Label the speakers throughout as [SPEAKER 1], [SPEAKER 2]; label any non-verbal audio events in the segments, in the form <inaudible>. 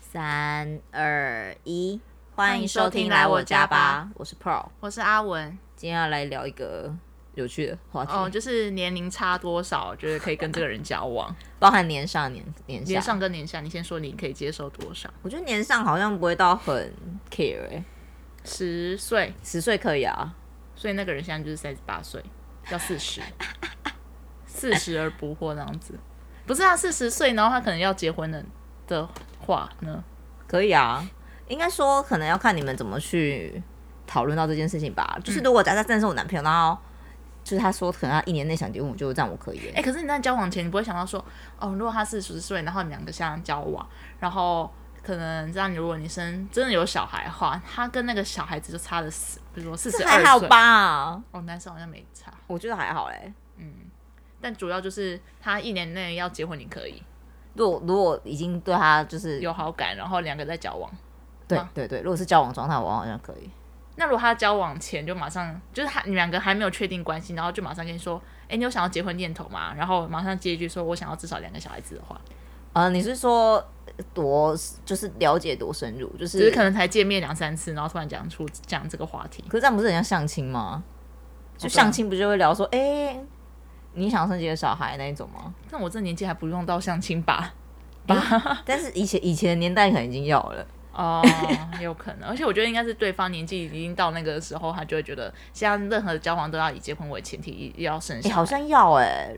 [SPEAKER 1] 三二一，
[SPEAKER 2] 欢
[SPEAKER 1] 欢
[SPEAKER 2] 迎
[SPEAKER 1] 迎
[SPEAKER 2] 收
[SPEAKER 1] 收
[SPEAKER 2] 听
[SPEAKER 1] 听
[SPEAKER 2] 来
[SPEAKER 1] 来
[SPEAKER 2] 我
[SPEAKER 1] 我
[SPEAKER 2] 家
[SPEAKER 1] 家
[SPEAKER 2] 吧
[SPEAKER 1] 吧，我是 Pro，
[SPEAKER 2] 我是阿文，
[SPEAKER 1] 今天要来聊一个有趣的话题，
[SPEAKER 2] 哦，就是年龄差多少，就是可以跟这个人交
[SPEAKER 1] <laughs>
[SPEAKER 2] 往，
[SPEAKER 1] 包含年上年年下，
[SPEAKER 2] 年上跟年下，你先说你可以接受多少？
[SPEAKER 1] 我觉得年上好像不会到很 care 哎、
[SPEAKER 2] 十岁，
[SPEAKER 1] 十岁可以啊，
[SPEAKER 2] 所以那个人现在就是三十八岁，要
[SPEAKER 1] <laughs>
[SPEAKER 2] 四十，四十而不惑那样子，不是啊，四十岁，然后他可能要结婚了的话呢？
[SPEAKER 1] 可以啊，应该说可能要看你们怎么去讨论到这件事情吧。就是如果假设真的是我男朋友，然后就是他说可能他一年内想结婚，我就这样我可以、欸。
[SPEAKER 2] 哎、可是你在交往前，你不会想到说，哦，如果他四十岁，然后你们两个相交往，然后可能这样，如果你生真的有小孩的话，他跟那个小孩子就差了四，比如说四
[SPEAKER 1] 这
[SPEAKER 2] 十
[SPEAKER 1] 还
[SPEAKER 2] 二
[SPEAKER 1] 好
[SPEAKER 2] 岁，
[SPEAKER 1] 吧？
[SPEAKER 2] 哦，男生好像没差，
[SPEAKER 1] 我觉得还好嘞、欸
[SPEAKER 2] 但主要就是他一年内要结婚，你可以
[SPEAKER 1] 如果如果已经对他就是
[SPEAKER 2] 有好感，然后两个在交往。
[SPEAKER 1] 对
[SPEAKER 2] 吗
[SPEAKER 1] 对对，如果是交往状态，我好像可以。
[SPEAKER 2] 那如果他交往前就马上就是他你们两个还没有确定关系，然后就马上跟你说，哎、你有想要结婚念头吗？然后马上接一句说，我想要至少两个小孩子的话，
[SPEAKER 1] 呃，你是说多就是了解多深入，就
[SPEAKER 2] 只是
[SPEAKER 1] 是
[SPEAKER 2] 可能才见面两三次，然后突然讲出讲这个话题。
[SPEAKER 1] 可是这样不是很像相亲吗？就
[SPEAKER 2] 哦对啊
[SPEAKER 1] 相亲不就会聊说，哎、你想生几个小孩那一种吗？
[SPEAKER 2] 但我这年纪还不用到相亲吧？
[SPEAKER 1] 但是以前以前的年代可能已经要了。
[SPEAKER 2] 哦，有可 <laughs> 能。而且我觉得应该是对方年纪已经到那个时候，他就会觉得现在任何的交往都要以结婚为前提，也要生
[SPEAKER 1] 哎、
[SPEAKER 2] 小孩。
[SPEAKER 1] 好像要哎、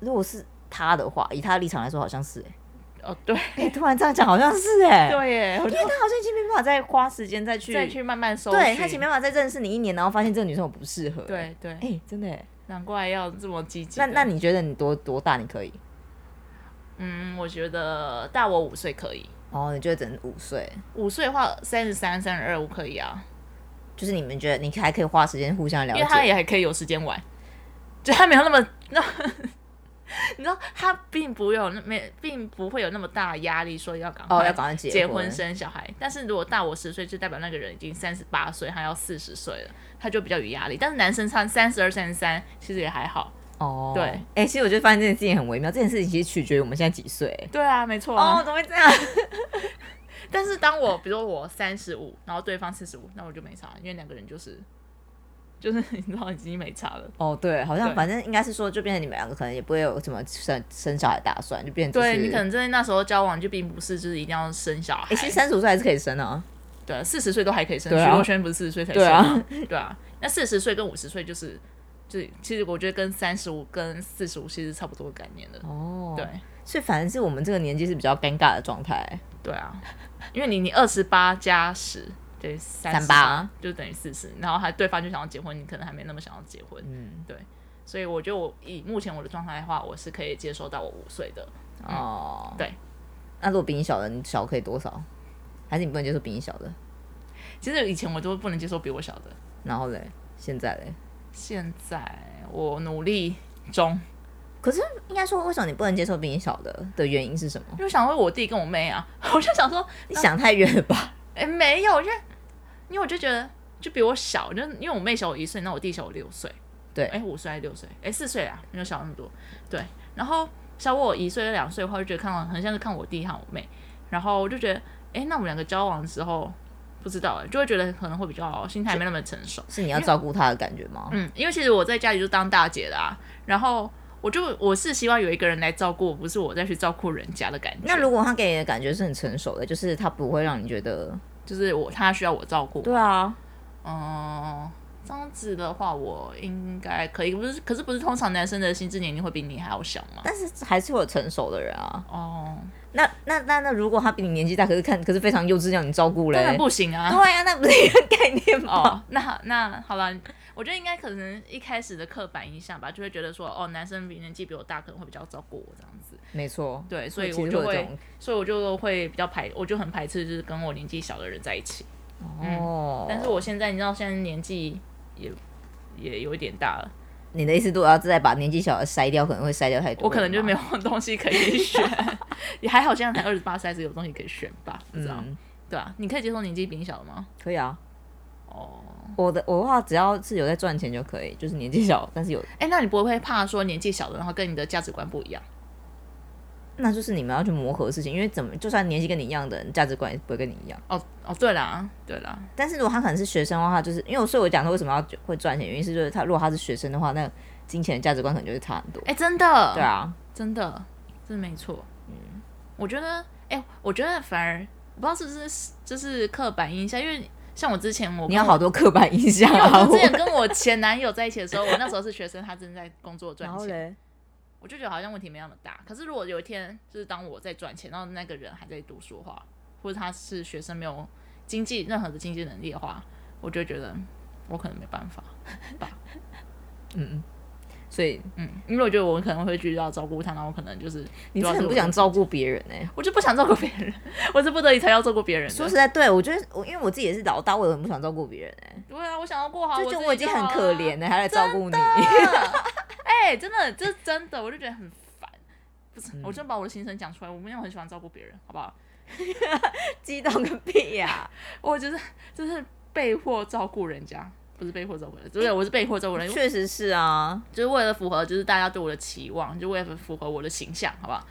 [SPEAKER 1] 如果是他的话，以他的立场来说，好像是哎、
[SPEAKER 2] 哦，对
[SPEAKER 1] 哎、突然这样讲，好像是哎、
[SPEAKER 2] 对耶，我就
[SPEAKER 1] 因为他好像已经没办法再花时间再去，
[SPEAKER 2] 再去慢慢搜寻。
[SPEAKER 1] 对他已经没办法再认识你一年，然后发现这个女生我不适合、哎，
[SPEAKER 2] 对对，
[SPEAKER 1] 哎、真的哎、
[SPEAKER 2] 难怪要这么积极
[SPEAKER 1] 那
[SPEAKER 2] 的。
[SPEAKER 1] 那你觉得你多多大你可以？
[SPEAKER 2] 嗯，我觉得大我五岁可以，
[SPEAKER 1] 哦，你觉得整五岁，
[SPEAKER 2] 五岁的话三十三、三十二我可以啊，
[SPEAKER 1] 就是你们觉得你还可以花时间互相了
[SPEAKER 2] 因
[SPEAKER 1] 解，
[SPEAKER 2] 为他也还可以有时间玩， <laughs> 就他没有那么 <laughs> 那。你知道他并不会有那没，并不会有那么大的压力，说要赶快
[SPEAKER 1] 哦要赶快结
[SPEAKER 2] 结
[SPEAKER 1] 婚
[SPEAKER 2] 生小孩。但是如果大我十岁，就代表那个人已经三十八岁，他要四十岁了，他就比较有压力。但是男生差三十二、三十三，其实也还好。
[SPEAKER 1] 哦，
[SPEAKER 2] 对
[SPEAKER 1] 哎、其实我就发现这件事情很微妙，这件事情其实取决于我们现在几岁、哎
[SPEAKER 2] 对啊，没错、啊。
[SPEAKER 1] 哦，怎么会这样？ <laughs>
[SPEAKER 2] 但是当我比如说我三十五，然后对方四十五，那我就没差，因为两个人就是就是 <laughs> 你知道已经没差了。
[SPEAKER 1] 哦，对，好像
[SPEAKER 2] 对
[SPEAKER 1] 反正应该是说，就变成你们两个可能也不会有什么生生小孩打算，就变成、就是、
[SPEAKER 2] 对你可能真的那时候交往就并不是就是一定要生小孩，
[SPEAKER 1] 哎、其实三十五岁还是可以生啊。
[SPEAKER 2] 对，四十岁都还可以生。
[SPEAKER 1] 对
[SPEAKER 2] 徐
[SPEAKER 1] 啊
[SPEAKER 2] 若瑄不是四十岁才生
[SPEAKER 1] 对
[SPEAKER 2] 吗 <laughs>
[SPEAKER 1] 啊？
[SPEAKER 2] 对啊，那四十岁跟五十岁就是就是其实我觉得跟三十五跟四十五其实差不多的概念的。
[SPEAKER 1] 哦
[SPEAKER 2] 对，
[SPEAKER 1] 所以反正是我们这个年纪是比较尴尬的状态。
[SPEAKER 2] 对啊，因为你你二十八加十。对，三
[SPEAKER 1] 38
[SPEAKER 2] 就等于四十，然后还对方就想要结婚，你可能还没那么想要结婚，
[SPEAKER 1] 嗯，
[SPEAKER 2] 所以我觉得我以目前我的状态的话，我是可以接受到我五岁的。
[SPEAKER 1] 哦，
[SPEAKER 2] 嗯对。
[SPEAKER 1] 那如果比你小的，你小可以多少？还是你不能接受比你小的？
[SPEAKER 2] 其实以前我都不能接受比我小的，
[SPEAKER 1] 然后嘞，现在嘞？
[SPEAKER 2] 现在我努力中，
[SPEAKER 1] 可是应该说，为什么你不能接受比你小的的原因是什么
[SPEAKER 2] 因？为我想问我弟跟我妹啊， <laughs> 我就想说，
[SPEAKER 1] 你想太远了
[SPEAKER 2] <laughs>
[SPEAKER 1] 吧？
[SPEAKER 2] 哎、没有，因为因为我就觉得就比我小，就因为我妹小我一岁，那我弟小我六岁，
[SPEAKER 1] 对
[SPEAKER 2] 哎、五岁还是六岁？哎、四岁啊，没有小那么多，对，然后小我一岁两岁的话，就觉得看到很像是看我弟和我妹，然后我就觉得，哎、那我们两个交往的时候。不知道、哎，就会觉得可能会比较心态没那么成熟，
[SPEAKER 1] 是你要照顾他的感觉吗？
[SPEAKER 2] 嗯，因为其实我在家里就当大姐的啊，然后我就我是希望有一个人来照顾我，不是我再去照顾人家的感觉。
[SPEAKER 1] 那如果他给你的感觉是很成熟的，就是他不会让你觉得，
[SPEAKER 2] 就是我他需要我照顾，
[SPEAKER 1] 对啊，
[SPEAKER 2] 嗯，这样子的话我应该可以，不是？可是不是通常男生的心智年龄会比你还要小吗？
[SPEAKER 1] 但是还是会有成熟的人啊。
[SPEAKER 2] 哦，
[SPEAKER 1] 那那那那，如果他比你年纪大，可是看可是非常幼稚，让你照顾
[SPEAKER 2] 当然
[SPEAKER 1] 嘞，
[SPEAKER 2] 不行啊。
[SPEAKER 1] 对啊，那不是一个概念吗？
[SPEAKER 2] 哦，那那好了，我觉得应该可能一开始的刻板印象吧，就会觉得说，哦，男生比年纪比我大，可能会比较照顾我这样子。
[SPEAKER 1] 没错，
[SPEAKER 2] 对，所以
[SPEAKER 1] 其
[SPEAKER 2] 我
[SPEAKER 1] 实
[SPEAKER 2] 就
[SPEAKER 1] 会有这
[SPEAKER 2] 会
[SPEAKER 1] 种，
[SPEAKER 2] 所以我就会比较排，我就很排斥就是跟我年纪小的人在一起。
[SPEAKER 1] 哦。
[SPEAKER 2] 嗯但是我现在你知道，现在年纪也也有一点大了，
[SPEAKER 1] 你的意思，如果要再把年纪小的筛掉，可能会筛掉太多人吗。
[SPEAKER 2] 我可能就没有 <laughs> 东西可以选， <laughs> 也还好，现在才二十八岁，是有东西可以选吧？不知道，
[SPEAKER 1] 嗯，
[SPEAKER 2] 对啊，你可以接受年纪比你小的吗？
[SPEAKER 1] 可以啊。
[SPEAKER 2] 哦，
[SPEAKER 1] 我的我的话，只要是有在赚钱就可以，就是年纪小，但是有
[SPEAKER 2] 哎、那你不会怕说年纪小的，然后跟你的价值观不一样？
[SPEAKER 1] 那就是你们要去磨合的事情，因为怎么就算年纪跟你一样的人，价值观也不会跟你一样。
[SPEAKER 2] 哦哦，对啦，对啦，
[SPEAKER 1] 但是如果他可能是学生的话，就是因为我所以我讲说为什么要会赚钱，原因是就是他如果他是学生的话，那金钱的价值观可能就会差很多。
[SPEAKER 2] 哎、真的，
[SPEAKER 1] 对啊，
[SPEAKER 2] 真的，真的没错。我觉得，哎、我觉得反而我不知道是不是就是刻板印象，因为像我之前我
[SPEAKER 1] 你
[SPEAKER 2] 跟
[SPEAKER 1] 有
[SPEAKER 2] 我
[SPEAKER 1] 好多刻板印象
[SPEAKER 2] <laughs> 因为
[SPEAKER 1] 啊。
[SPEAKER 2] 我之前跟我前男友在一起的时候，我那时候是学生，他正在工作赚
[SPEAKER 1] 然后
[SPEAKER 2] 钱，
[SPEAKER 1] 嘞，
[SPEAKER 2] 我就觉得好像问题没那么大。可是如果有一天，就是当我在赚钱，然后那个人还在读书的话，或者他是学生没有经济任何的经济能力的话，我就会觉得我可能没办法。
[SPEAKER 1] 所以
[SPEAKER 2] 嗯，因为我觉得我可能会去要照顾他，然后我可能就是
[SPEAKER 1] 你真的很不
[SPEAKER 2] 对啊
[SPEAKER 1] 想照顾别人哎、
[SPEAKER 2] 我就不想照顾别人， <laughs> 我是不得已才要照顾别人的。
[SPEAKER 1] 说实在，对我觉得我因为我自己也是老大，我也很不想照顾别人哎、
[SPEAKER 2] 对啊，我啊想要过好，
[SPEAKER 1] 就觉
[SPEAKER 2] 自
[SPEAKER 1] 得
[SPEAKER 2] 己
[SPEAKER 1] 我已经
[SPEAKER 2] 就好
[SPEAKER 1] 很可
[SPEAKER 2] 啦
[SPEAKER 1] 怜了，还来照顾你。
[SPEAKER 2] <laughs> 哎、真的，这是真的，我就觉得很烦。不是，
[SPEAKER 1] 嗯
[SPEAKER 2] 我就把我的心声讲出来，我没有很喜欢照顾别人，好不好？
[SPEAKER 1] <laughs> 激动个屁啊呀、
[SPEAKER 2] 我就是就是被迫照顾人家，不是被迫照顾人，对，我是被迫照顾人，
[SPEAKER 1] 确实是啊，
[SPEAKER 2] 就是为了符合就是大家对我的期望，就为了符合我的形象，好不好？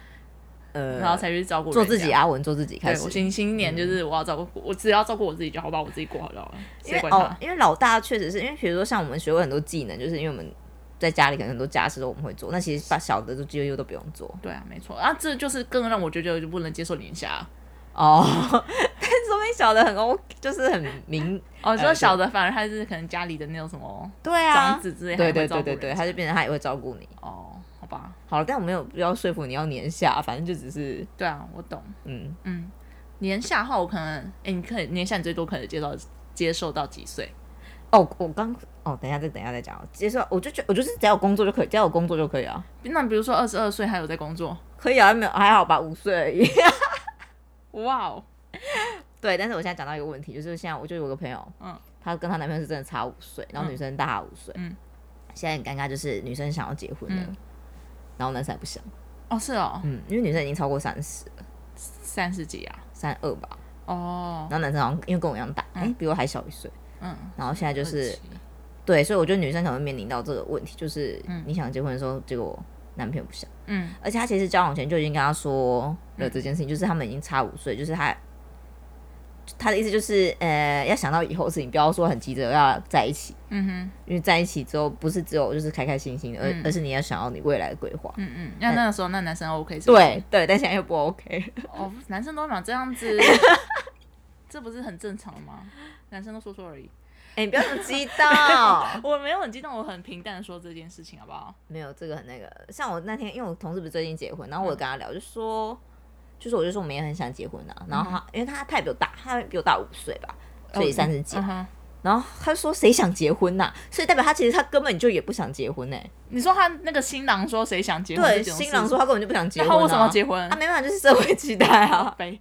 [SPEAKER 1] 呃，
[SPEAKER 2] 然后才去照顾
[SPEAKER 1] 做
[SPEAKER 2] 人家
[SPEAKER 1] 自己。阿文做自己开
[SPEAKER 2] 对，
[SPEAKER 1] 始嗯
[SPEAKER 2] 我。新新年就是我要照顾，我只要照顾我自己就好，把我自己过好就好了，
[SPEAKER 1] 因
[SPEAKER 2] 谁
[SPEAKER 1] 为
[SPEAKER 2] 管他？
[SPEAKER 1] 哦，因为老大确实是因为，比如说像我们学过很多技能，就是因为我们在家里可能很多家事都我们会做，那其实把小的都几乎都不用做
[SPEAKER 2] 对啊，没错啊，这就是更让我觉得就不能接受年下
[SPEAKER 1] <laughs> 哦。 <laughs> 但说明小的很 O，就是很明
[SPEAKER 2] 哦，
[SPEAKER 1] 呃
[SPEAKER 2] 这
[SPEAKER 1] 对
[SPEAKER 2] 小的反而还是可能家里的那种什么
[SPEAKER 1] <laughs> 对
[SPEAKER 2] 长
[SPEAKER 1] 啊，
[SPEAKER 2] 子之类，
[SPEAKER 1] 对
[SPEAKER 2] 还
[SPEAKER 1] 对
[SPEAKER 2] 会照
[SPEAKER 1] 对
[SPEAKER 2] 顾
[SPEAKER 1] 对
[SPEAKER 2] 人
[SPEAKER 1] 对，
[SPEAKER 2] 家
[SPEAKER 1] 他就变成他也会照顾你。
[SPEAKER 2] 哦，好吧，
[SPEAKER 1] 好了，但我没有必要说服你要年下，反正就只是
[SPEAKER 2] 对啊，我懂。
[SPEAKER 1] 嗯，
[SPEAKER 2] 嗯，年下的话，我可能，哎、你可以年下你最多可能接受接受到几岁？
[SPEAKER 1] 哦，我刚哦，等一下再等一下再讲，接受我就觉我就是只要有工作就可以，只要有工作就可以啊，
[SPEAKER 2] 那比如说二十二岁还有在工作，
[SPEAKER 1] 可以啊，没有还好吧，五岁而已。
[SPEAKER 2] 哇哦，
[SPEAKER 1] 对，但是我现在讲到一个问题，就是现在我就有个朋友，嗯
[SPEAKER 2] 嗯，
[SPEAKER 1] 她跟她男朋友是真的差五岁，然后女生大她五岁，嗯
[SPEAKER 2] 嗯，
[SPEAKER 1] 现在很尴尬，就是女生想要结婚了，
[SPEAKER 2] 嗯
[SPEAKER 1] 然后男生还不想，
[SPEAKER 2] 哦是哦，
[SPEAKER 1] 嗯，因为女生已经超过三十了，
[SPEAKER 2] 三十几啊，
[SPEAKER 1] 三二吧，
[SPEAKER 2] 哦，
[SPEAKER 1] 然后男生好像因为跟我一样大，哎、比我还小一岁，
[SPEAKER 2] 嗯，
[SPEAKER 1] 然后现在就是
[SPEAKER 2] 27
[SPEAKER 1] 对，所以我觉得女生可能会面临到这个问题，就是
[SPEAKER 2] 嗯
[SPEAKER 1] 你想结婚的时候，结果男朋友不想，
[SPEAKER 2] 嗯
[SPEAKER 1] 而且她其实交往前就已经跟她说了这件事情，就是他们已经差五岁，就是她。她的意思就是，呃，要想到以后的事情，不要说很急着要在一起，
[SPEAKER 2] 嗯哼，
[SPEAKER 1] 因为在一起之后，不是只有就是开开心心的，而、
[SPEAKER 2] 嗯
[SPEAKER 1] 而是你要想要你未来的规划。
[SPEAKER 2] 嗯嗯，那那个时候那男生 OK 是不是，
[SPEAKER 1] 对对，但现在又不
[SPEAKER 2] <laughs>
[SPEAKER 1] OK。
[SPEAKER 2] 哦，男生都想这样 <laughs> 子，这不是很正常吗？男生都说说而已，
[SPEAKER 1] 哎、你不要那么激动。
[SPEAKER 2] 我没有很激动，我很平淡的说这件事情，好不好？
[SPEAKER 1] <laughs> 没有这个很那个，像我那天，因为我同事不是最近结婚，
[SPEAKER 2] 嗯
[SPEAKER 1] 然后我有跟他聊，我就说，就是我就说我们也很想结婚啊。然后他，因为他他也比我大，他比我大五岁吧，所以
[SPEAKER 2] 嗯哦
[SPEAKER 1] 三十几。
[SPEAKER 2] 嗯哼
[SPEAKER 1] 然后他说谁想结婚呐、所以代表他其实他根本就也不想结婚呢、
[SPEAKER 2] 你说他那个新郎说谁想结婚
[SPEAKER 1] 对，
[SPEAKER 2] 这种事？
[SPEAKER 1] 新郎说他根本就不想结
[SPEAKER 2] 那
[SPEAKER 1] 婚、
[SPEAKER 2] 他
[SPEAKER 1] 啊。
[SPEAKER 2] 为什么要结婚？
[SPEAKER 1] 啊，没办法，就是社会期待啊。 <laughs>
[SPEAKER 2] 没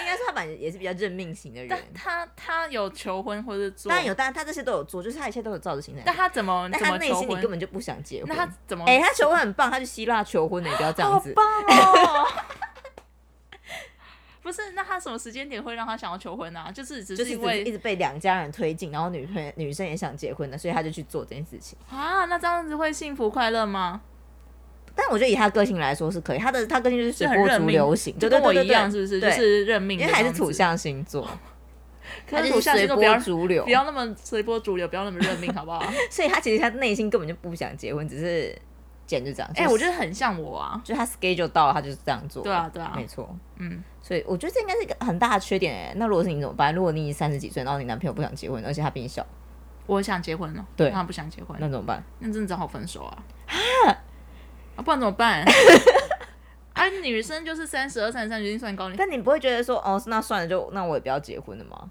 [SPEAKER 1] 应该说他本来也是比较认命型的人。
[SPEAKER 2] 但他他有求婚或者做，
[SPEAKER 1] 当然有，当然他这些都有做，就是他一切都有照着行程
[SPEAKER 2] 但。他怎么
[SPEAKER 1] 但
[SPEAKER 2] 怎
[SPEAKER 1] 他
[SPEAKER 2] 么
[SPEAKER 1] 内
[SPEAKER 2] 求
[SPEAKER 1] 心里根
[SPEAKER 2] 婚？
[SPEAKER 1] 本就不想结婚。
[SPEAKER 2] 那他怎么？
[SPEAKER 1] 哎、他求婚很棒，他去希腊求婚的，你不要这样
[SPEAKER 2] 好
[SPEAKER 1] 子。
[SPEAKER 2] 棒哦！ <laughs> 不是，那他什么时间点会让他想要求婚啊？就是只
[SPEAKER 1] 就是是只
[SPEAKER 2] 因
[SPEAKER 1] 是
[SPEAKER 2] 为
[SPEAKER 1] 一直被两家人推进，然后女朋女生也想结婚的，所以他就去做这件事情。
[SPEAKER 2] 啊，那这样子会幸福快乐吗？
[SPEAKER 1] 但我觉得以他个性来说是可以，他的他个性就是随
[SPEAKER 2] 就很
[SPEAKER 1] 波
[SPEAKER 2] 认
[SPEAKER 1] 逐
[SPEAKER 2] 命
[SPEAKER 1] 流行，
[SPEAKER 2] 就
[SPEAKER 1] 对
[SPEAKER 2] 跟
[SPEAKER 1] 对
[SPEAKER 2] 我
[SPEAKER 1] 对
[SPEAKER 2] 一样，
[SPEAKER 1] 对
[SPEAKER 2] 是不是？就
[SPEAKER 1] 对
[SPEAKER 2] 是认命
[SPEAKER 1] 因为
[SPEAKER 2] 的样
[SPEAKER 1] 还
[SPEAKER 2] 子，
[SPEAKER 1] 是土象星座，
[SPEAKER 2] <laughs> 可
[SPEAKER 1] 他
[SPEAKER 2] 是
[SPEAKER 1] 就
[SPEAKER 2] 土
[SPEAKER 1] 是
[SPEAKER 2] 象
[SPEAKER 1] 随
[SPEAKER 2] 星座不要
[SPEAKER 1] 波逐流
[SPEAKER 2] 不，要那么随波逐流，不要那么认命，好不好？
[SPEAKER 1] <laughs> 所以他其实他内心根本就不想结婚，只是简直这样。
[SPEAKER 2] 哎，我
[SPEAKER 1] 就
[SPEAKER 2] 觉得很像我啊，
[SPEAKER 1] 就他 schedule 到了，他就是这样做。
[SPEAKER 2] 对啊对啊
[SPEAKER 1] 没错。
[SPEAKER 2] 嗯，
[SPEAKER 1] 所以我觉得这应该是一个很大的缺点、欸。那如果是你怎么办？如果你三十几岁，然后你男朋友不想结婚，而且他比你小，
[SPEAKER 2] 我想结婚了，
[SPEAKER 1] 对
[SPEAKER 2] 他不想结婚，
[SPEAKER 1] 那怎么办？
[SPEAKER 2] 那真的只好分手啊！啊，不然怎么办？ <laughs> 啊，女生就是三十二、三十三已经算高龄，
[SPEAKER 1] 但你不会觉得说，哦，那算了就，那我也不要结婚了吗？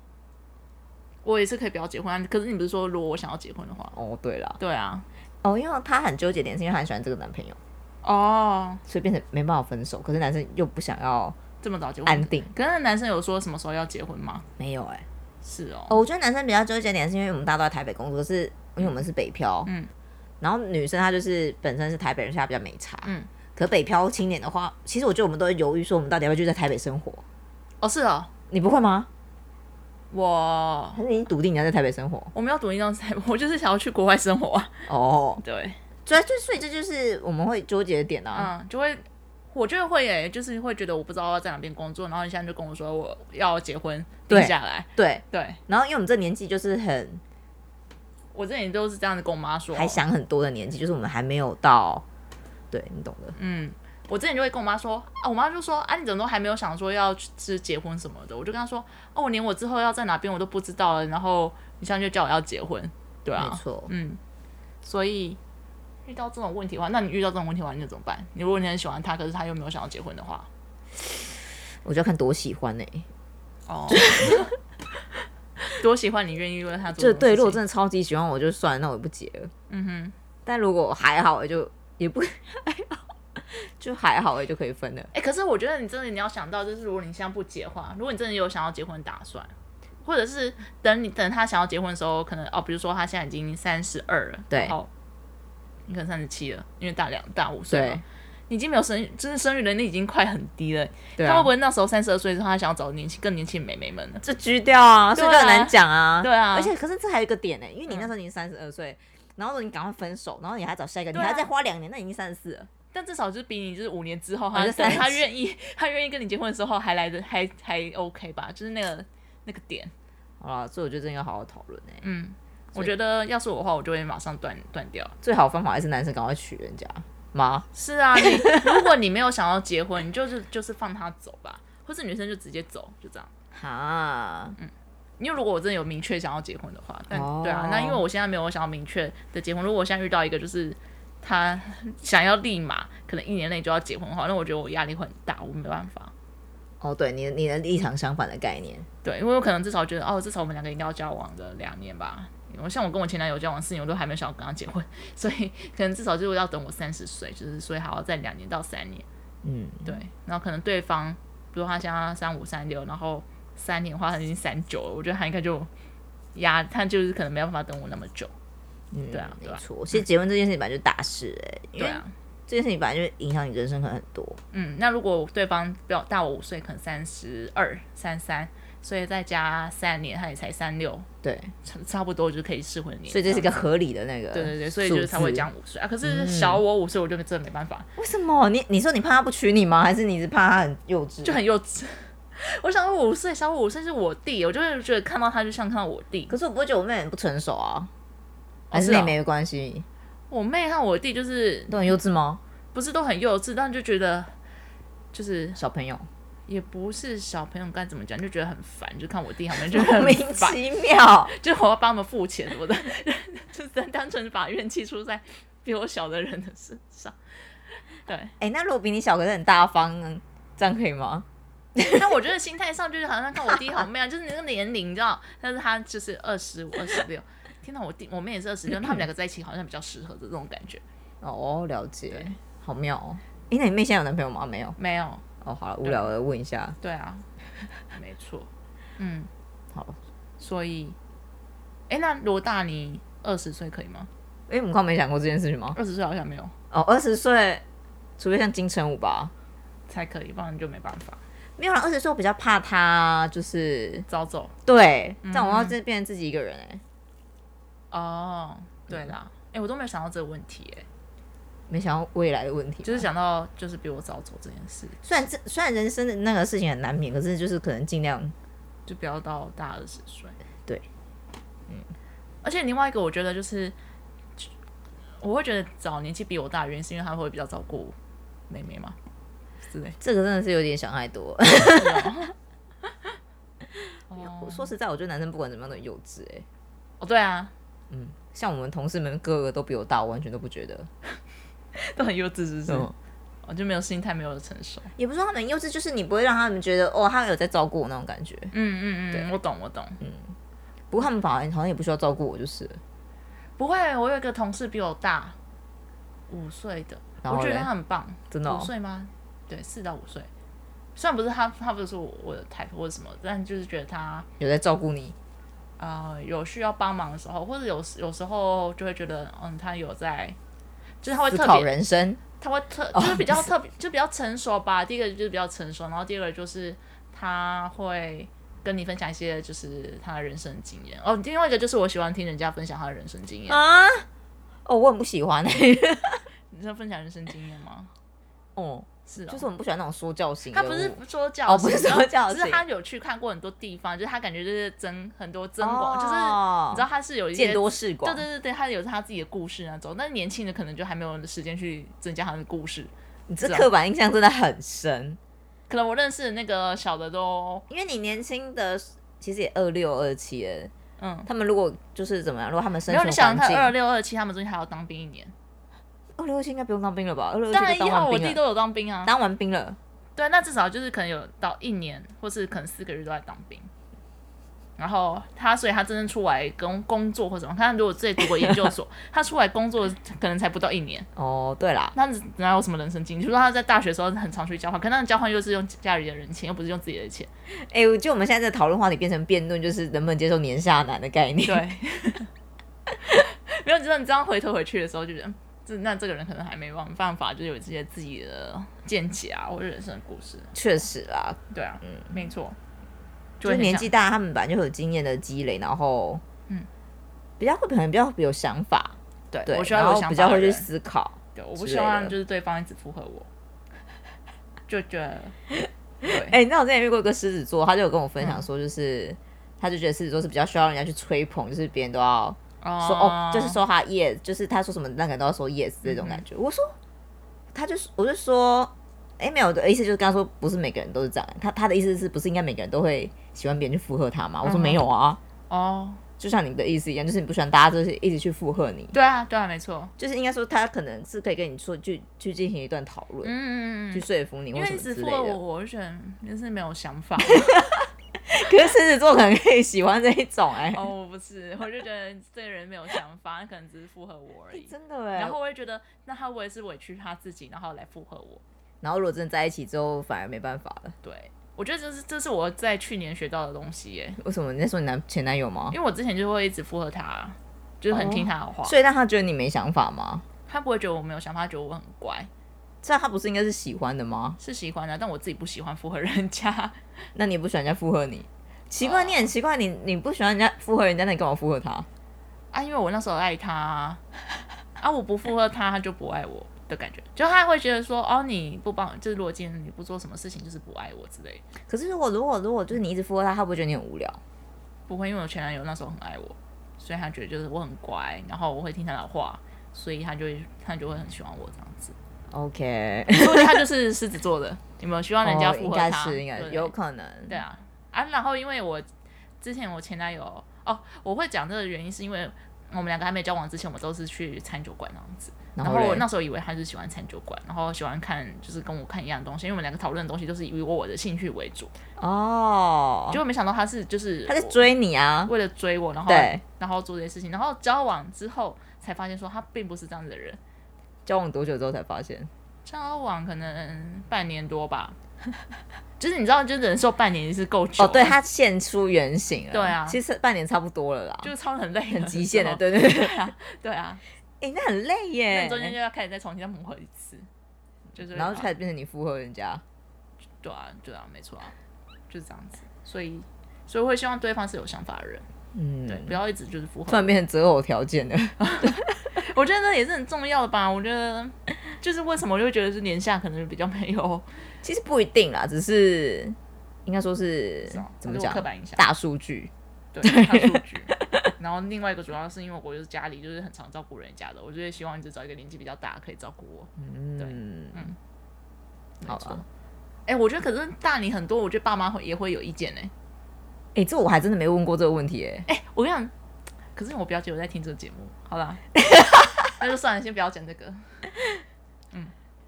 [SPEAKER 2] 我也是可以不要结婚啊。可是你不是说如果我想要结婚的话，
[SPEAKER 1] 哦，对啦，
[SPEAKER 2] 对啊，
[SPEAKER 1] 哦，因为她很纠结点是因为她很喜欢这个男朋友，
[SPEAKER 2] 哦，
[SPEAKER 1] 所以变成没办法分手。可是男生又不想要
[SPEAKER 2] 这么早结
[SPEAKER 1] 安
[SPEAKER 2] 婚？
[SPEAKER 1] 定，
[SPEAKER 2] 可是那男生有说什么时候要结婚吗？
[SPEAKER 1] 没有哎、
[SPEAKER 2] 是哦，
[SPEAKER 1] 哦，我觉得男生比较纠结点是因为我们大家都在台北工作，可是因为我们是北漂，
[SPEAKER 2] 嗯，
[SPEAKER 1] 然后女生她就是本身是台北人，所以她比较没差，
[SPEAKER 2] 嗯。
[SPEAKER 1] 可北漂青年的话，其实我觉得我们都会犹豫说，我们到底要不要就在台北生活？
[SPEAKER 2] 哦是哦，
[SPEAKER 1] 你不会吗？
[SPEAKER 2] 我
[SPEAKER 1] 还是你笃定你要在台北生活？
[SPEAKER 2] 我们要赌一张彩， <laughs> 我就是想要去国外生活啊。
[SPEAKER 1] 哦，
[SPEAKER 2] 对，
[SPEAKER 1] 对，就所以这就是我们会纠结的点啊。
[SPEAKER 2] 嗯，就会我觉得会耶，就是会觉得我不知道要在哪边工作，然后你现在就跟我说我要结婚
[SPEAKER 1] 对
[SPEAKER 2] 定下来，
[SPEAKER 1] 对，
[SPEAKER 2] 对
[SPEAKER 1] 然后因为我们这年纪就是很
[SPEAKER 2] 我之前都是这样子跟我妈说，
[SPEAKER 1] 还想很多的年纪，就是我们还没有到，对你懂的，
[SPEAKER 2] 嗯，我之前就会跟我妈说，啊，我妈就说，啊，你怎么都还没有想说要去是结婚什么的？我就跟她说，哦，我连我之后要在哪边我都不知道了，然后你现在就叫我要结婚，对
[SPEAKER 1] 没
[SPEAKER 2] 啊，
[SPEAKER 1] 错。
[SPEAKER 2] 嗯，所以遇到这种问题的话，那你遇到这种问题的话，你就怎么办？你如果你很喜欢他，可是他又没有想要结婚的话，
[SPEAKER 1] 我就要看多喜欢欸呢、
[SPEAKER 2] 哦， <laughs> 多喜欢你愿意为他做这种
[SPEAKER 1] 就
[SPEAKER 2] 事情，
[SPEAKER 1] 对，如果真的超级喜欢我就算了，那我也不结了。
[SPEAKER 2] 嗯哼。
[SPEAKER 1] 但如果还好，我就也不 <laughs> 还好，就还好，也就可以分了。
[SPEAKER 2] 哎、可是我觉得你真的你要想到，就是如果你现在不结的话，如果你真的有想要结婚打算，或者是等你等他想要结婚的时候，可能哦，比如说他现在已经三十二了，
[SPEAKER 1] 对
[SPEAKER 2] 哦，你可能三十七了，因为大两大五岁
[SPEAKER 1] 对
[SPEAKER 2] 嘛，你已经没有生，就是生育能力已经快很低了。
[SPEAKER 1] 对
[SPEAKER 2] 他会
[SPEAKER 1] 啊
[SPEAKER 2] 不，会那时候三十二岁的时候，他想要找年轻更年轻的妹妹们呢？
[SPEAKER 1] 这居掉啊，所以就
[SPEAKER 2] 对啊
[SPEAKER 1] 很难讲啊。
[SPEAKER 2] 对啊嗯
[SPEAKER 1] 而且可是这还有一个点呢、因为你那时候已经三十二岁，然后你赶快分手，然后你还找下一个，你
[SPEAKER 2] 对啊
[SPEAKER 1] 还再花两年，那已经三十四了。
[SPEAKER 2] 但至少就是比你就是五年之后，
[SPEAKER 1] 我
[SPEAKER 2] 他
[SPEAKER 1] 哦就
[SPEAKER 2] 等
[SPEAKER 1] 37
[SPEAKER 2] 他愿意，他愿意跟你结婚的时候还来的还还 OK 吧，就是那个那个点。
[SPEAKER 1] 好了，所以我觉得真的要好好讨论哎。
[SPEAKER 2] 嗯，
[SPEAKER 1] 所以
[SPEAKER 2] 我觉得要是我的话，我就会马上断断掉。
[SPEAKER 1] 最好的方法还是男生赶快娶人家妈。
[SPEAKER 2] 是
[SPEAKER 1] <laughs>
[SPEAKER 2] 啊，你如果你没有想要结婚，你就是就是放他走吧，或是女生就直接走，就这样。
[SPEAKER 1] 哈，
[SPEAKER 2] 因为如果我真的有明确想要结婚的话，但、
[SPEAKER 1] 哦
[SPEAKER 2] 对啊，那因为我现在没有想要明确的结婚，如果我现在遇到一个就是他想要立马可能一年内就要结婚的话，那我觉得我压力会很大，我没办法。
[SPEAKER 1] 哦，对，你的你的立场相反的概念。
[SPEAKER 2] 对，因为我可能至少觉得哦，至少我们两个一定要交往个两年吧。我像我跟我前男友交往四年，我都还没有想要跟他结婚， <laughs> 所以可能至少就是要等我三十岁，就是所以还要再两年到三年。
[SPEAKER 1] 嗯，
[SPEAKER 2] 对，然后可能对方，比如他现在三五三六，然后三年的话他已经三九了，我觉得他应该就压，他就是可能没办法等我那么久。
[SPEAKER 1] 嗯
[SPEAKER 2] 对啊对
[SPEAKER 1] 没
[SPEAKER 2] 啊
[SPEAKER 1] 错。其实结婚这件事情本来就大事哎、因
[SPEAKER 2] 对
[SPEAKER 1] 为
[SPEAKER 2] 啊，
[SPEAKER 1] 这件事情本来就影响你人生可能很多。
[SPEAKER 2] 嗯，那如果对方比我大我五岁，可能三十二、三三，所以再加三年，他也才三六，
[SPEAKER 1] 对，
[SPEAKER 2] 差差不多就可以适婚年。
[SPEAKER 1] 所以这是一
[SPEAKER 2] 样
[SPEAKER 1] 个合理的那嗯个。
[SPEAKER 2] 对对对，所以就是才会。讲五岁啊。可是小我五岁，我就真的没办法，
[SPEAKER 1] 为什么？你你说你怕他不娶你吗？还是你是怕他很幼稚？
[SPEAKER 2] 就很幼稚。 <laughs> 我想我五岁，小我五岁是我弟，我就会觉得看到他就像看到我弟。
[SPEAKER 1] 可是我不会觉得我妹很不成熟啊，还
[SPEAKER 2] 是
[SPEAKER 1] 是
[SPEAKER 2] 哦
[SPEAKER 1] 妹妹的关系、
[SPEAKER 2] 我妹和我弟就是
[SPEAKER 1] 都很幼稚吗？
[SPEAKER 2] 不是都很幼稚，但就觉得就是
[SPEAKER 1] 小朋友
[SPEAKER 2] 也不是小朋友该怎么讲，就觉得很烦，就看我弟他们就
[SPEAKER 1] 莫
[SPEAKER 2] 很
[SPEAKER 1] 名
[SPEAKER 2] 烦，
[SPEAKER 1] 其妙， <laughs>
[SPEAKER 2] 就我要帮他们付钱什么的， <laughs> 就是单纯把怨气出在比我小的人的身上。对，
[SPEAKER 1] 哎、那如果比你小可是很大方呢，这样可以吗？
[SPEAKER 2] <laughs> 但我觉得心态上就是好像看我弟好妹啊，就是那个年龄，你知道，但是他就是二十五、二十六。天哪，我弟我妹也是二十六，他们两个在一起好像比较适合的这种感觉。
[SPEAKER 1] 哦，了解
[SPEAKER 2] 对，
[SPEAKER 1] 好妙哦。哎、那你妹现在有男朋友吗？没有。
[SPEAKER 2] 没有，
[SPEAKER 1] 哦，好了，无聊的问一下。
[SPEAKER 2] 对啊，没错，嗯，
[SPEAKER 1] 好，
[SPEAKER 2] 所以，哎，那罗大你二十岁可以吗？
[SPEAKER 1] 哎、我们刚没讲过这件事情吗？
[SPEAKER 2] 二十岁好像没有
[SPEAKER 1] 哦，二十岁，除非像金城武吧。
[SPEAKER 2] 才可以，不然就没办法
[SPEAKER 1] 没有啦，二十岁我比较怕他，就是
[SPEAKER 2] 早走。
[SPEAKER 1] 对，这样我要
[SPEAKER 2] 嗯
[SPEAKER 1] 自变成自己一个人哎、
[SPEAKER 2] 哦，对啦，哎，我都没有想到这个问题，哎，
[SPEAKER 1] 没想到未来的问题吧，
[SPEAKER 2] 就是想到就是比我早走这件事，
[SPEAKER 1] 虽然这虽然人生的那个事情很难免，可是就是可能尽量
[SPEAKER 2] 就不要到大二十岁。
[SPEAKER 1] 对，。
[SPEAKER 2] 而且另外一个我觉得就是，我会觉得找年纪比我大的原因是因为他会比较照顾妹妹嘛之类
[SPEAKER 1] 这个真的是有点想太多。
[SPEAKER 2] <laughs>
[SPEAKER 1] <laughs>
[SPEAKER 2] 哦
[SPEAKER 1] 说实在，我觉得男生不管怎么样都很幼稚哎、
[SPEAKER 2] 哦，对啊，
[SPEAKER 1] 嗯，像我们同事们个个都比我大，我完全都不觉得。
[SPEAKER 2] 都很幼稚，是不是？
[SPEAKER 1] 嗯，
[SPEAKER 2] 我就没有心态，没有成熟。
[SPEAKER 1] 也不是说他们很幼稚，就是你不会让他们觉得哦，他们有在照顾我那种感觉。
[SPEAKER 2] 嗯嗯嗯，我懂我懂。
[SPEAKER 1] 不过他们反而好像也不需要照顾我，就是了
[SPEAKER 2] 不会，我有一个同事比我大五岁的，
[SPEAKER 1] 然后
[SPEAKER 2] 我觉得
[SPEAKER 1] 嘞
[SPEAKER 2] 他很棒。
[SPEAKER 1] 真的、哦
[SPEAKER 2] 五。岁吗？对，四到五岁。虽然不是他，他不是我我的 type 或者什么，但就是觉得他
[SPEAKER 1] 有在照顾你。
[SPEAKER 2] 呃有需要帮忙的时候，或者有时有时候就会觉得，嗯，他有在，就是他会
[SPEAKER 1] 思
[SPEAKER 2] 特
[SPEAKER 1] 考
[SPEAKER 2] 别，
[SPEAKER 1] 人哦生，
[SPEAKER 2] 他会特就是比较特别，就比较成熟吧。第一个就是比较成熟，然后第二个就是他会跟你分享一些就是他的人生经验。哦，另外一个就是我喜欢听人家分享他的人生经验。
[SPEAKER 1] 啊，哦，我很不喜欢、欸。
[SPEAKER 2] 你是要分享人生经验吗？
[SPEAKER 1] 哦，
[SPEAKER 2] <laughs> 是哦，
[SPEAKER 1] <laughs> 就是我们不喜欢那种说教型的
[SPEAKER 2] 他
[SPEAKER 1] 舞。
[SPEAKER 2] 不是说教
[SPEAKER 1] 哦不是
[SPEAKER 2] 型
[SPEAKER 1] 说教
[SPEAKER 2] 只是
[SPEAKER 1] 型
[SPEAKER 2] 他有去看过很多地方，就是他感觉就是增很多增广，就是
[SPEAKER 1] 哦
[SPEAKER 2] 你知道他是有一些
[SPEAKER 1] 见多识广。
[SPEAKER 2] 对对对对，他有他自己的故事那种，但是年轻的可能就还没有时间去增加他的故事。
[SPEAKER 1] 你这
[SPEAKER 2] 是啊
[SPEAKER 1] 刻板印象真的很深，
[SPEAKER 2] 可能我认识的那个小的都，
[SPEAKER 1] 因为你年轻的其实也二六二七了，
[SPEAKER 2] 嗯，
[SPEAKER 1] 他们如果就是怎么样，如果他们生
[SPEAKER 2] 没有你
[SPEAKER 1] 存
[SPEAKER 2] 想
[SPEAKER 1] 环
[SPEAKER 2] 他
[SPEAKER 1] 境，
[SPEAKER 2] 二六二七，他们中间还要当兵一年。
[SPEAKER 1] 二六二七应该不用当兵了吧？二六
[SPEAKER 2] 当
[SPEAKER 1] 二
[SPEAKER 2] 然
[SPEAKER 1] 七当
[SPEAKER 2] 一号我
[SPEAKER 1] 完兵
[SPEAKER 2] 弟
[SPEAKER 1] 了，
[SPEAKER 2] 都有当兵啊，
[SPEAKER 1] 当完兵了，
[SPEAKER 2] 对，那至少就是可能有到一年，或是可能四个月都在当兵。然后他，所以他真正出来工工作或什么，看如果自己读过研究
[SPEAKER 1] <laughs>
[SPEAKER 2] 所，他出来工作可能才不到一年，
[SPEAKER 1] 哦，对啦，
[SPEAKER 2] 那哪有什么人生经历？就说他在大学的时候很常去交换，可那交换又是用家里的人钱，又不是用自己的钱。
[SPEAKER 1] 哎、我觉得我们现在这个讨论话题变成辩论，就是能不能接受年下男的概念？
[SPEAKER 2] 对， <laughs> 没有，就是你这样回头回去的时候，就觉得嗯这那这个人可能还没办办法，就有这些自己的见解啊，或者人生的故事。
[SPEAKER 1] 确实啦，
[SPEAKER 2] 对啊，嗯，没错，
[SPEAKER 1] 就
[SPEAKER 2] 就会
[SPEAKER 1] 是
[SPEAKER 2] 很
[SPEAKER 1] 年
[SPEAKER 2] 想
[SPEAKER 1] 纪大，他们本来就会有经验的积累，然后
[SPEAKER 2] 嗯，
[SPEAKER 1] 比较会可能比较有想法，
[SPEAKER 2] 对
[SPEAKER 1] 对，
[SPEAKER 2] 我需
[SPEAKER 1] 然
[SPEAKER 2] 要有
[SPEAKER 1] 后
[SPEAKER 2] 想法
[SPEAKER 1] 比较
[SPEAKER 2] 的
[SPEAKER 1] 会去
[SPEAKER 2] 人
[SPEAKER 1] 思考。
[SPEAKER 2] 对，我
[SPEAKER 1] 之
[SPEAKER 2] 不
[SPEAKER 1] 类
[SPEAKER 2] 希望
[SPEAKER 1] 的
[SPEAKER 2] 就是对方一直附和我，就
[SPEAKER 1] <laughs>
[SPEAKER 2] 觉得对，
[SPEAKER 1] 哎、你知道我之前遇过一个狮子座，他就有跟我分
[SPEAKER 2] 嗯
[SPEAKER 1] 享说，就是、他就觉得狮子座是比较需要人家去吹捧，就是别人都要说哦就是说他 yes，就是他说什么那个人都要说 yes 这
[SPEAKER 2] 嗯
[SPEAKER 1] 种感觉。我说，他就是我就说，哎、没有我的意思就是跟他说，不是每个人都是这样。他他的意思是不是应该每个人都会喜欢别人去附和他吗？我说
[SPEAKER 2] 嗯哼
[SPEAKER 1] 没有啊，
[SPEAKER 2] 哦，
[SPEAKER 1] 就像你的意思一样，就是你不喜欢大家就是一直去附和你，
[SPEAKER 2] 对啊，对啊，没错，
[SPEAKER 1] 就是应该说他可能是可以跟你说去去进行一段讨论，
[SPEAKER 2] 嗯嗯
[SPEAKER 1] 去
[SPEAKER 2] 嗯。
[SPEAKER 1] 说服你
[SPEAKER 2] 因
[SPEAKER 1] 或
[SPEAKER 2] 为
[SPEAKER 1] 什
[SPEAKER 2] 一
[SPEAKER 1] 么
[SPEAKER 2] 直
[SPEAKER 1] 之
[SPEAKER 2] 附
[SPEAKER 1] 类
[SPEAKER 2] 和我，
[SPEAKER 1] 的。
[SPEAKER 2] 我就觉得就是没有想法
[SPEAKER 1] <laughs> 可是狮子座可能可以喜欢这一种哎、
[SPEAKER 2] 哦，我不是，我就觉得这个人没有想法，他可能只是附和我而
[SPEAKER 1] <laughs>
[SPEAKER 2] 已。
[SPEAKER 1] 真的哎，
[SPEAKER 2] 然后我会觉得，那他我也是委屈他自己，然后来附和我。
[SPEAKER 1] 然后如果真的在一起之后，反而没办法了。
[SPEAKER 2] 对，我觉得这是这是我在去年学到的东西耶，
[SPEAKER 1] 为什么你在说你男前男友吗
[SPEAKER 2] 因？为我之前就会一直附和他，就是很听他的话，
[SPEAKER 1] 哦所以让他觉得你没想法吗？
[SPEAKER 2] 他不会觉得我没有想法，他觉得我很乖，
[SPEAKER 1] 这样他不是应该是喜欢的吗？
[SPEAKER 2] 是喜欢的，但我自己不喜欢附和人家。
[SPEAKER 1] 那你也不喜欢人家附和你？奇怪，
[SPEAKER 2] 哦
[SPEAKER 1] 你很奇怪，你你不喜欢人家附和人家，那你干嘛附和他？
[SPEAKER 2] 啊，因为我那时候爱他啊，啊我不附和他，他就不爱我的感觉，就他会觉得说，哦，你不帮，就是如果今天你不做什么事情，就是不爱我之类的。
[SPEAKER 1] 可是如果如果如果就是你一直附和他，他会不会觉得你很无聊？
[SPEAKER 2] 不会，因为我前男友那时候很爱我，所以他觉得就是我很乖，然后我会听他的话，所以他就会他就会很喜欢我这样子。 <laughs>
[SPEAKER 1] OK，
[SPEAKER 2] 所以他就是狮子座的，有没有希望人家
[SPEAKER 1] 哦
[SPEAKER 2] 附
[SPEAKER 1] 应
[SPEAKER 2] 和
[SPEAKER 1] 该
[SPEAKER 2] 他？
[SPEAKER 1] 是应该
[SPEAKER 2] 对
[SPEAKER 1] 是有可能。
[SPEAKER 2] 对啊啊！然后因为我之前我前男友哦，我会讲这个原因是因为我们两个还没交往之前，我们都是去餐酒馆那样子。
[SPEAKER 1] 然
[SPEAKER 2] 然
[SPEAKER 1] 后
[SPEAKER 2] 后我
[SPEAKER 1] 嘞
[SPEAKER 2] 那时候以为他是喜欢餐酒馆，然后喜欢看就是跟我看一样的东西，因为我们两个讨论的东西都是以我我的兴趣为主，
[SPEAKER 1] 哦，
[SPEAKER 2] 结果没想到他是就是
[SPEAKER 1] 他在
[SPEAKER 2] 我
[SPEAKER 1] 追你啊？
[SPEAKER 2] 为了追我，然后
[SPEAKER 1] 对，
[SPEAKER 2] 然后做这些事情，然后交往之后才发现说他并不是这样子的人，
[SPEAKER 1] 交往多久之后才发现？
[SPEAKER 2] 交往可能半年多吧， <laughs> 就是你知道，就忍受半年是够久
[SPEAKER 1] 哦，
[SPEAKER 2] 了，
[SPEAKER 1] 对他现出原形了。
[SPEAKER 2] 对啊
[SPEAKER 1] 其实半年差不多了啦，
[SPEAKER 2] 就是超很累的时候，
[SPEAKER 1] 很极限的，对对对。
[SPEAKER 2] 对啊，对啊，
[SPEAKER 1] 哎、那很累耶。
[SPEAKER 2] 那你中间就要开始再重新再磨合一次，就是啊
[SPEAKER 1] 然后就开始变成你附和人家。
[SPEAKER 2] 对啊，对啊，没错啊，就是这样子，所以所以我会希望对方是有想法的人，
[SPEAKER 1] 嗯，
[SPEAKER 2] 对，不要一直就是符
[SPEAKER 1] 突
[SPEAKER 2] 合，
[SPEAKER 1] 然变成择偶条件了。
[SPEAKER 2] 我觉得这也是很重要的吧，我觉得就是为什么我就会觉得是年下可能比较没有，
[SPEAKER 1] <laughs> 其实不一定啦，只是应该说是
[SPEAKER 2] 是啊
[SPEAKER 1] 怎么
[SPEAKER 2] 还是
[SPEAKER 1] 讲
[SPEAKER 2] 我刻板印？象
[SPEAKER 1] 大数据
[SPEAKER 2] 对，看数据。然后另外一个主要是因为我就是家里就是很常照顾人家的，我就会希望一直找一个年纪比较大可以照顾我。对
[SPEAKER 1] 嗯
[SPEAKER 2] 嗯没
[SPEAKER 1] 好
[SPEAKER 2] 错
[SPEAKER 1] 吧。
[SPEAKER 2] 哎、我觉得可是大你很多，我觉得爸妈会也会有意见呢、
[SPEAKER 1] 哎、这我还真的没问过这个问题哎、
[SPEAKER 2] 哎、我跟你讲，可是我表姐有在听这个节目，好 <laughs> 啦，那就算了，先不要讲这个。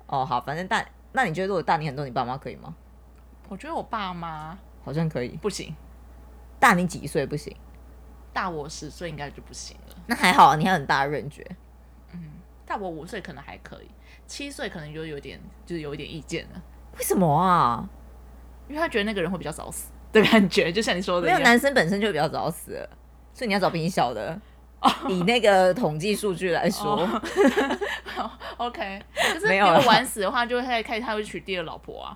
[SPEAKER 1] 哦，好，反正大，那你觉得如果大你很多，你爸妈可以吗？
[SPEAKER 2] 我觉得我爸妈
[SPEAKER 1] 好像可以。
[SPEAKER 2] 不行，
[SPEAKER 1] 大你几岁不行？
[SPEAKER 2] 大我十岁应该就不行了，
[SPEAKER 1] 那还好啊，你还有很大的认觉。
[SPEAKER 2] 大我五岁可能还可以，七岁可能就有点就是有一点意见了，
[SPEAKER 1] 为什么啊？
[SPEAKER 2] 因为他觉得那个人会比较早死的感觉，就像你说的
[SPEAKER 1] 没
[SPEAKER 2] 一
[SPEAKER 1] 有
[SPEAKER 2] 样，
[SPEAKER 1] 男生本身就比较早死了，所以你要找比你小
[SPEAKER 2] <laughs>
[SPEAKER 1] 的。以那个统计数据来说，
[SPEAKER 2] 哦 OK，可是
[SPEAKER 1] 没
[SPEAKER 2] 比
[SPEAKER 1] 有啊
[SPEAKER 2] 我
[SPEAKER 1] 啦
[SPEAKER 2] 晚死的话，就会开始他会娶第二老婆
[SPEAKER 1] <laughs>
[SPEAKER 2] 啊。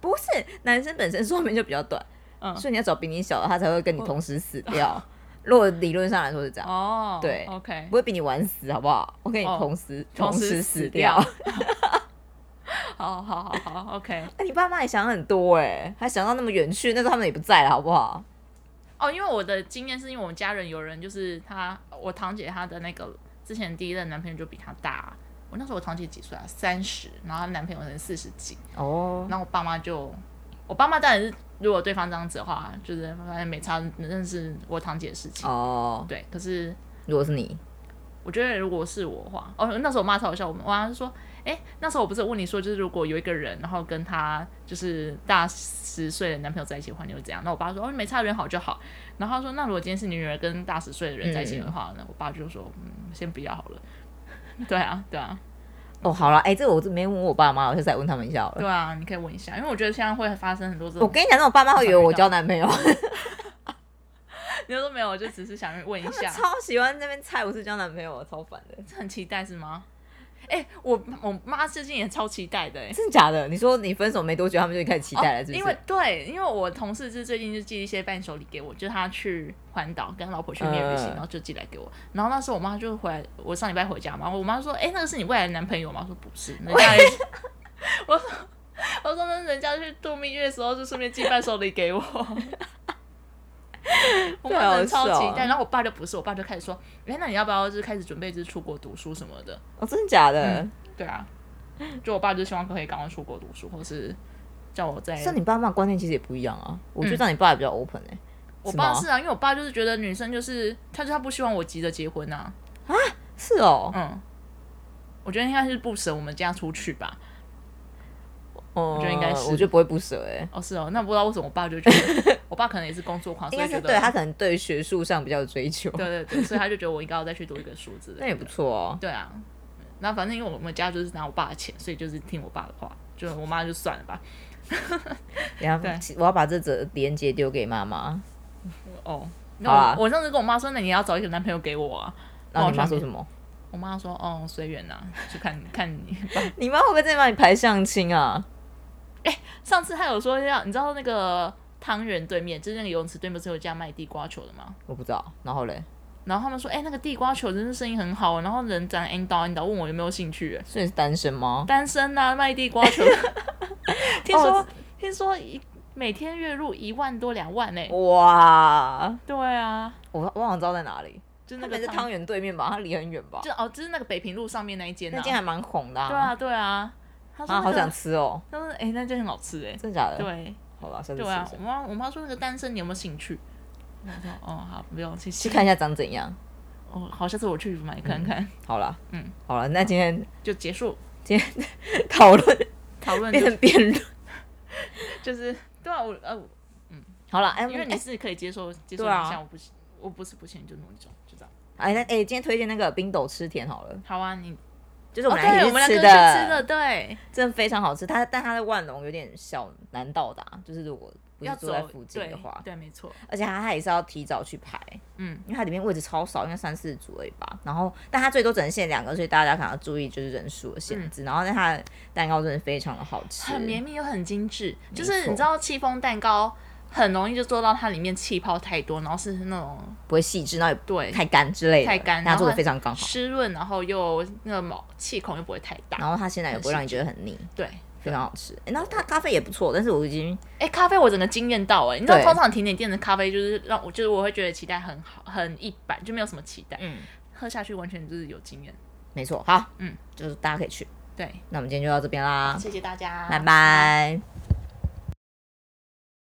[SPEAKER 1] 不是男生本身寿命就比较短，
[SPEAKER 2] 嗯
[SPEAKER 1] 所以你要找比你小的，他才会跟你同时死掉。如果理论上来说是这样，
[SPEAKER 2] 哦，
[SPEAKER 1] 对
[SPEAKER 2] ，OK，
[SPEAKER 1] 不会比你晚死，好不好？我跟你
[SPEAKER 2] 哦
[SPEAKER 1] 同时、
[SPEAKER 2] 同
[SPEAKER 1] 同
[SPEAKER 2] 时
[SPEAKER 1] 时
[SPEAKER 2] 死
[SPEAKER 1] 死
[SPEAKER 2] 掉
[SPEAKER 1] 掉，
[SPEAKER 2] 好好好好，OK。
[SPEAKER 1] <laughs> 哎、你爸妈也想很多哎、还想到那么远去，那时候他们也不在了，好不好？
[SPEAKER 2] 哦，因为我的经验是因为我们家人有人就是她，我堂姐她的那个之前第一任男朋友就比她大。我那时候我堂姐几岁啊？三十，然后她男朋友可能四十几。
[SPEAKER 1] 哦，
[SPEAKER 2] 然后我爸妈就，我爸妈当然是如果对方这样子的话，就是反正没差，认识我堂姐的事情。
[SPEAKER 1] 哦，
[SPEAKER 2] 对，可是
[SPEAKER 1] 如果是你，
[SPEAKER 2] 我觉得如果是我的话，哦，那时候我妈超好笑，我妈就说，哎、那时候我不是问你说，就是如果有一个人，然后跟他就是大十岁的男朋友在一起的话，你会怎样？那我爸说，哦，没差，人好就好。然后他说，那如果今天是你女儿跟大十岁的人在一
[SPEAKER 1] 嗯
[SPEAKER 2] 起的话，那我爸就说，嗯，先不要好了。 <laughs> 对啊，对啊，
[SPEAKER 1] 哦，好了，哎、这我这没问我爸妈，我就再问他们一下好了。
[SPEAKER 2] 对啊，你可以问一下，因为我觉得现在会发生很多这
[SPEAKER 1] 我
[SPEAKER 2] 种，
[SPEAKER 1] 跟你讲，那我爸妈会以为我交男朋
[SPEAKER 2] 哦
[SPEAKER 1] 友，
[SPEAKER 2] <laughs> 你就说没有，我就只是想问一
[SPEAKER 1] <laughs>
[SPEAKER 2] 下，
[SPEAKER 1] 超喜欢那边猜我是交男朋友，我超烦的。
[SPEAKER 2] 很期待是吗？哎、我我妈最近也超期待的、哎。
[SPEAKER 1] 真的假的？你说你分手没多久，他们就开始期待了，是不是？
[SPEAKER 2] 哦因为对，因为我同事是最近就寄一些伴手礼给我，就是他去环岛跟老婆去蜜月旅行，
[SPEAKER 1] 嗯
[SPEAKER 2] 然后就寄来给我。然后那时候我妈就回来，我上礼拜回家嘛，我妈说：“哎、那个是你未来的男朋友吗？”我说：“不是，
[SPEAKER 1] <laughs>
[SPEAKER 2] 人家也我说：“我说那人家去度蜜月的时候就顺便寄伴手礼给我。”
[SPEAKER 1] <laughs>
[SPEAKER 2] 我
[SPEAKER 1] 太好
[SPEAKER 2] 妈真的超
[SPEAKER 1] 笑啊
[SPEAKER 2] 期
[SPEAKER 1] 了
[SPEAKER 2] 待，然后我爸就不是，我爸就开始说：“哎、那你要不要就是开始准备就是出国读书什么的？”
[SPEAKER 1] 哦，真的假的？
[SPEAKER 2] 对啊，就我爸就希望可以赶快出国读书，或是叫我在。
[SPEAKER 1] 像你爸妈的观念其实也不一样啊。我觉得你爸也比较 open 哎、
[SPEAKER 2] 嗯我
[SPEAKER 1] 是
[SPEAKER 2] 爸
[SPEAKER 1] 吗
[SPEAKER 2] 是啊，因为我爸就是觉得女生就是，他就他不希望我急着结婚啊，
[SPEAKER 1] 是哦，
[SPEAKER 2] 嗯，我觉得应该是不舍我们家出去吧。
[SPEAKER 1] 我
[SPEAKER 2] 嗯觉得应该
[SPEAKER 1] 哦
[SPEAKER 2] 是
[SPEAKER 1] 我觉得不会不舍哎、
[SPEAKER 2] 哦，是哦，那不知道为什么我爸就觉得，我爸可能也是工作狂，
[SPEAKER 1] 应
[SPEAKER 2] 所
[SPEAKER 1] 该
[SPEAKER 2] 以觉
[SPEAKER 1] 是
[SPEAKER 2] 得
[SPEAKER 1] 对他可能对学术上比较有追求，
[SPEAKER 2] 对对对，所以他就觉得我应该要再去读一个书之类的。
[SPEAKER 1] 那也不错哦。
[SPEAKER 2] 对啊，那反正因为我们家就是拿我爸的钱，所以就是听我爸的话，就我妈就算了吧。
[SPEAKER 1] 然后
[SPEAKER 2] 对
[SPEAKER 1] 我要把这则连接丢给妈妈，
[SPEAKER 2] 哦，
[SPEAKER 1] 好啦
[SPEAKER 2] 那我我上次跟我妈说，那你要找一个男朋友给我啊。
[SPEAKER 1] 然后你妈
[SPEAKER 2] 哦
[SPEAKER 1] 说什么？
[SPEAKER 2] 我妈说，哦，随缘呐、就看看你吧。
[SPEAKER 1] 你妈会不会再帮你排相亲啊？
[SPEAKER 2] 上次他有说要，你知道那个汤圆对面，就是那个游泳池对面，不是有一家卖地瓜球的吗？
[SPEAKER 1] 我不知道。然后嘞，
[SPEAKER 2] 然后他们说，哎、那个地瓜球真是生意很好，然后人长 N 到 N 到，问我有没有兴趣。
[SPEAKER 1] 所以你是单身吗？
[SPEAKER 2] 单身啊，卖地瓜
[SPEAKER 1] <laughs>
[SPEAKER 2] 球，听说、
[SPEAKER 1] 哦
[SPEAKER 2] 听说一每天月入一万多两万呢、
[SPEAKER 1] 哇，
[SPEAKER 2] 对啊，
[SPEAKER 1] 我我好像知道在哪里，
[SPEAKER 2] 就
[SPEAKER 1] 那
[SPEAKER 2] 那
[SPEAKER 1] 边
[SPEAKER 2] 个
[SPEAKER 1] 是汤，圆对面吧？它离很远吧？
[SPEAKER 2] 就哦，就是那个北平路上面那一间
[SPEAKER 1] 那
[SPEAKER 2] 啊。
[SPEAKER 1] 间还蛮红的、
[SPEAKER 2] 对啊，对啊。他说、
[SPEAKER 1] 啊，
[SPEAKER 2] 那个
[SPEAKER 1] 好想吃哦，
[SPEAKER 2] 他说哎、那间很好吃哎、
[SPEAKER 1] 真的假的？，
[SPEAKER 2] 对
[SPEAKER 1] 好吧，下次
[SPEAKER 2] 对
[SPEAKER 1] 试
[SPEAKER 2] 啊
[SPEAKER 1] 一，下
[SPEAKER 2] 我妈我妈说那个单身你有没有兴趣？我说哦好，不用谢谢
[SPEAKER 1] 去。看一下长怎样。
[SPEAKER 2] 哦，好，下次我去买看看，
[SPEAKER 1] 好了，
[SPEAKER 2] 嗯，
[SPEAKER 1] 好了，那今天
[SPEAKER 2] 就结束
[SPEAKER 1] 讨论 <laughs>
[SPEAKER 2] 讨论就
[SPEAKER 1] 变成辩
[SPEAKER 2] <laughs>
[SPEAKER 1] 论。
[SPEAKER 2] 就是对啊，我呃，
[SPEAKER 1] 好了，哎，
[SPEAKER 2] 因为
[SPEAKER 1] 哎
[SPEAKER 2] 你是可以接受接受
[SPEAKER 1] 对啊
[SPEAKER 2] 一下，我不是我不是不行就那种就这样。
[SPEAKER 1] 哎，那哎，今天推荐那个冰斗吃甜好了，
[SPEAKER 2] 好啊，你
[SPEAKER 1] 就是我
[SPEAKER 2] 哦
[SPEAKER 1] 们
[SPEAKER 2] 对
[SPEAKER 1] 俩一
[SPEAKER 2] 我
[SPEAKER 1] 起吃
[SPEAKER 2] 们两个去吃的，对，
[SPEAKER 1] 真的非常好吃。它但它的万隆有点小难到达，就是如果不
[SPEAKER 2] 要
[SPEAKER 1] 是
[SPEAKER 2] 走
[SPEAKER 1] 住在附近的话，
[SPEAKER 2] 对，对没错，
[SPEAKER 1] 而且它它也是要提早去排，
[SPEAKER 2] 嗯，
[SPEAKER 1] 因为它里面位置超少，应该三四组而已吧。然后，但它最多只能限两个，所以大家可能要注意就是人数的限制。然后，但它的蛋糕真的非常的好吃，
[SPEAKER 2] 嗯很绵密又很精致，就
[SPEAKER 1] 没
[SPEAKER 2] 是
[SPEAKER 1] 错
[SPEAKER 2] 你知道戚风蛋糕很容易就做到它里面气泡太多，然后是那种
[SPEAKER 1] 不会细致，然后也
[SPEAKER 2] 对
[SPEAKER 1] 太干之类的，
[SPEAKER 2] 太干
[SPEAKER 1] 但它做的
[SPEAKER 2] 然后
[SPEAKER 1] 非常刚好。
[SPEAKER 2] 湿润，然后又那个毛气孔又不会太大，
[SPEAKER 1] 然后它现在也不会让你觉得很腻，
[SPEAKER 2] 对。
[SPEAKER 1] 非常好吃。诶然后它咖啡也不错，但是我已经
[SPEAKER 2] 哎、咖啡我整个惊艳到哎、你知道
[SPEAKER 1] 对
[SPEAKER 2] 通常甜点店的咖啡就是让我就是我会觉得期待很好很一般，就没有什么期待，
[SPEAKER 1] 嗯，
[SPEAKER 2] 喝下去完全就是有经验。
[SPEAKER 1] 没错，好，
[SPEAKER 2] 嗯，
[SPEAKER 1] 就是大家可以去。
[SPEAKER 2] 对，
[SPEAKER 1] 那我们今天就到这边啦，
[SPEAKER 2] 谢谢大家，
[SPEAKER 1] 拜拜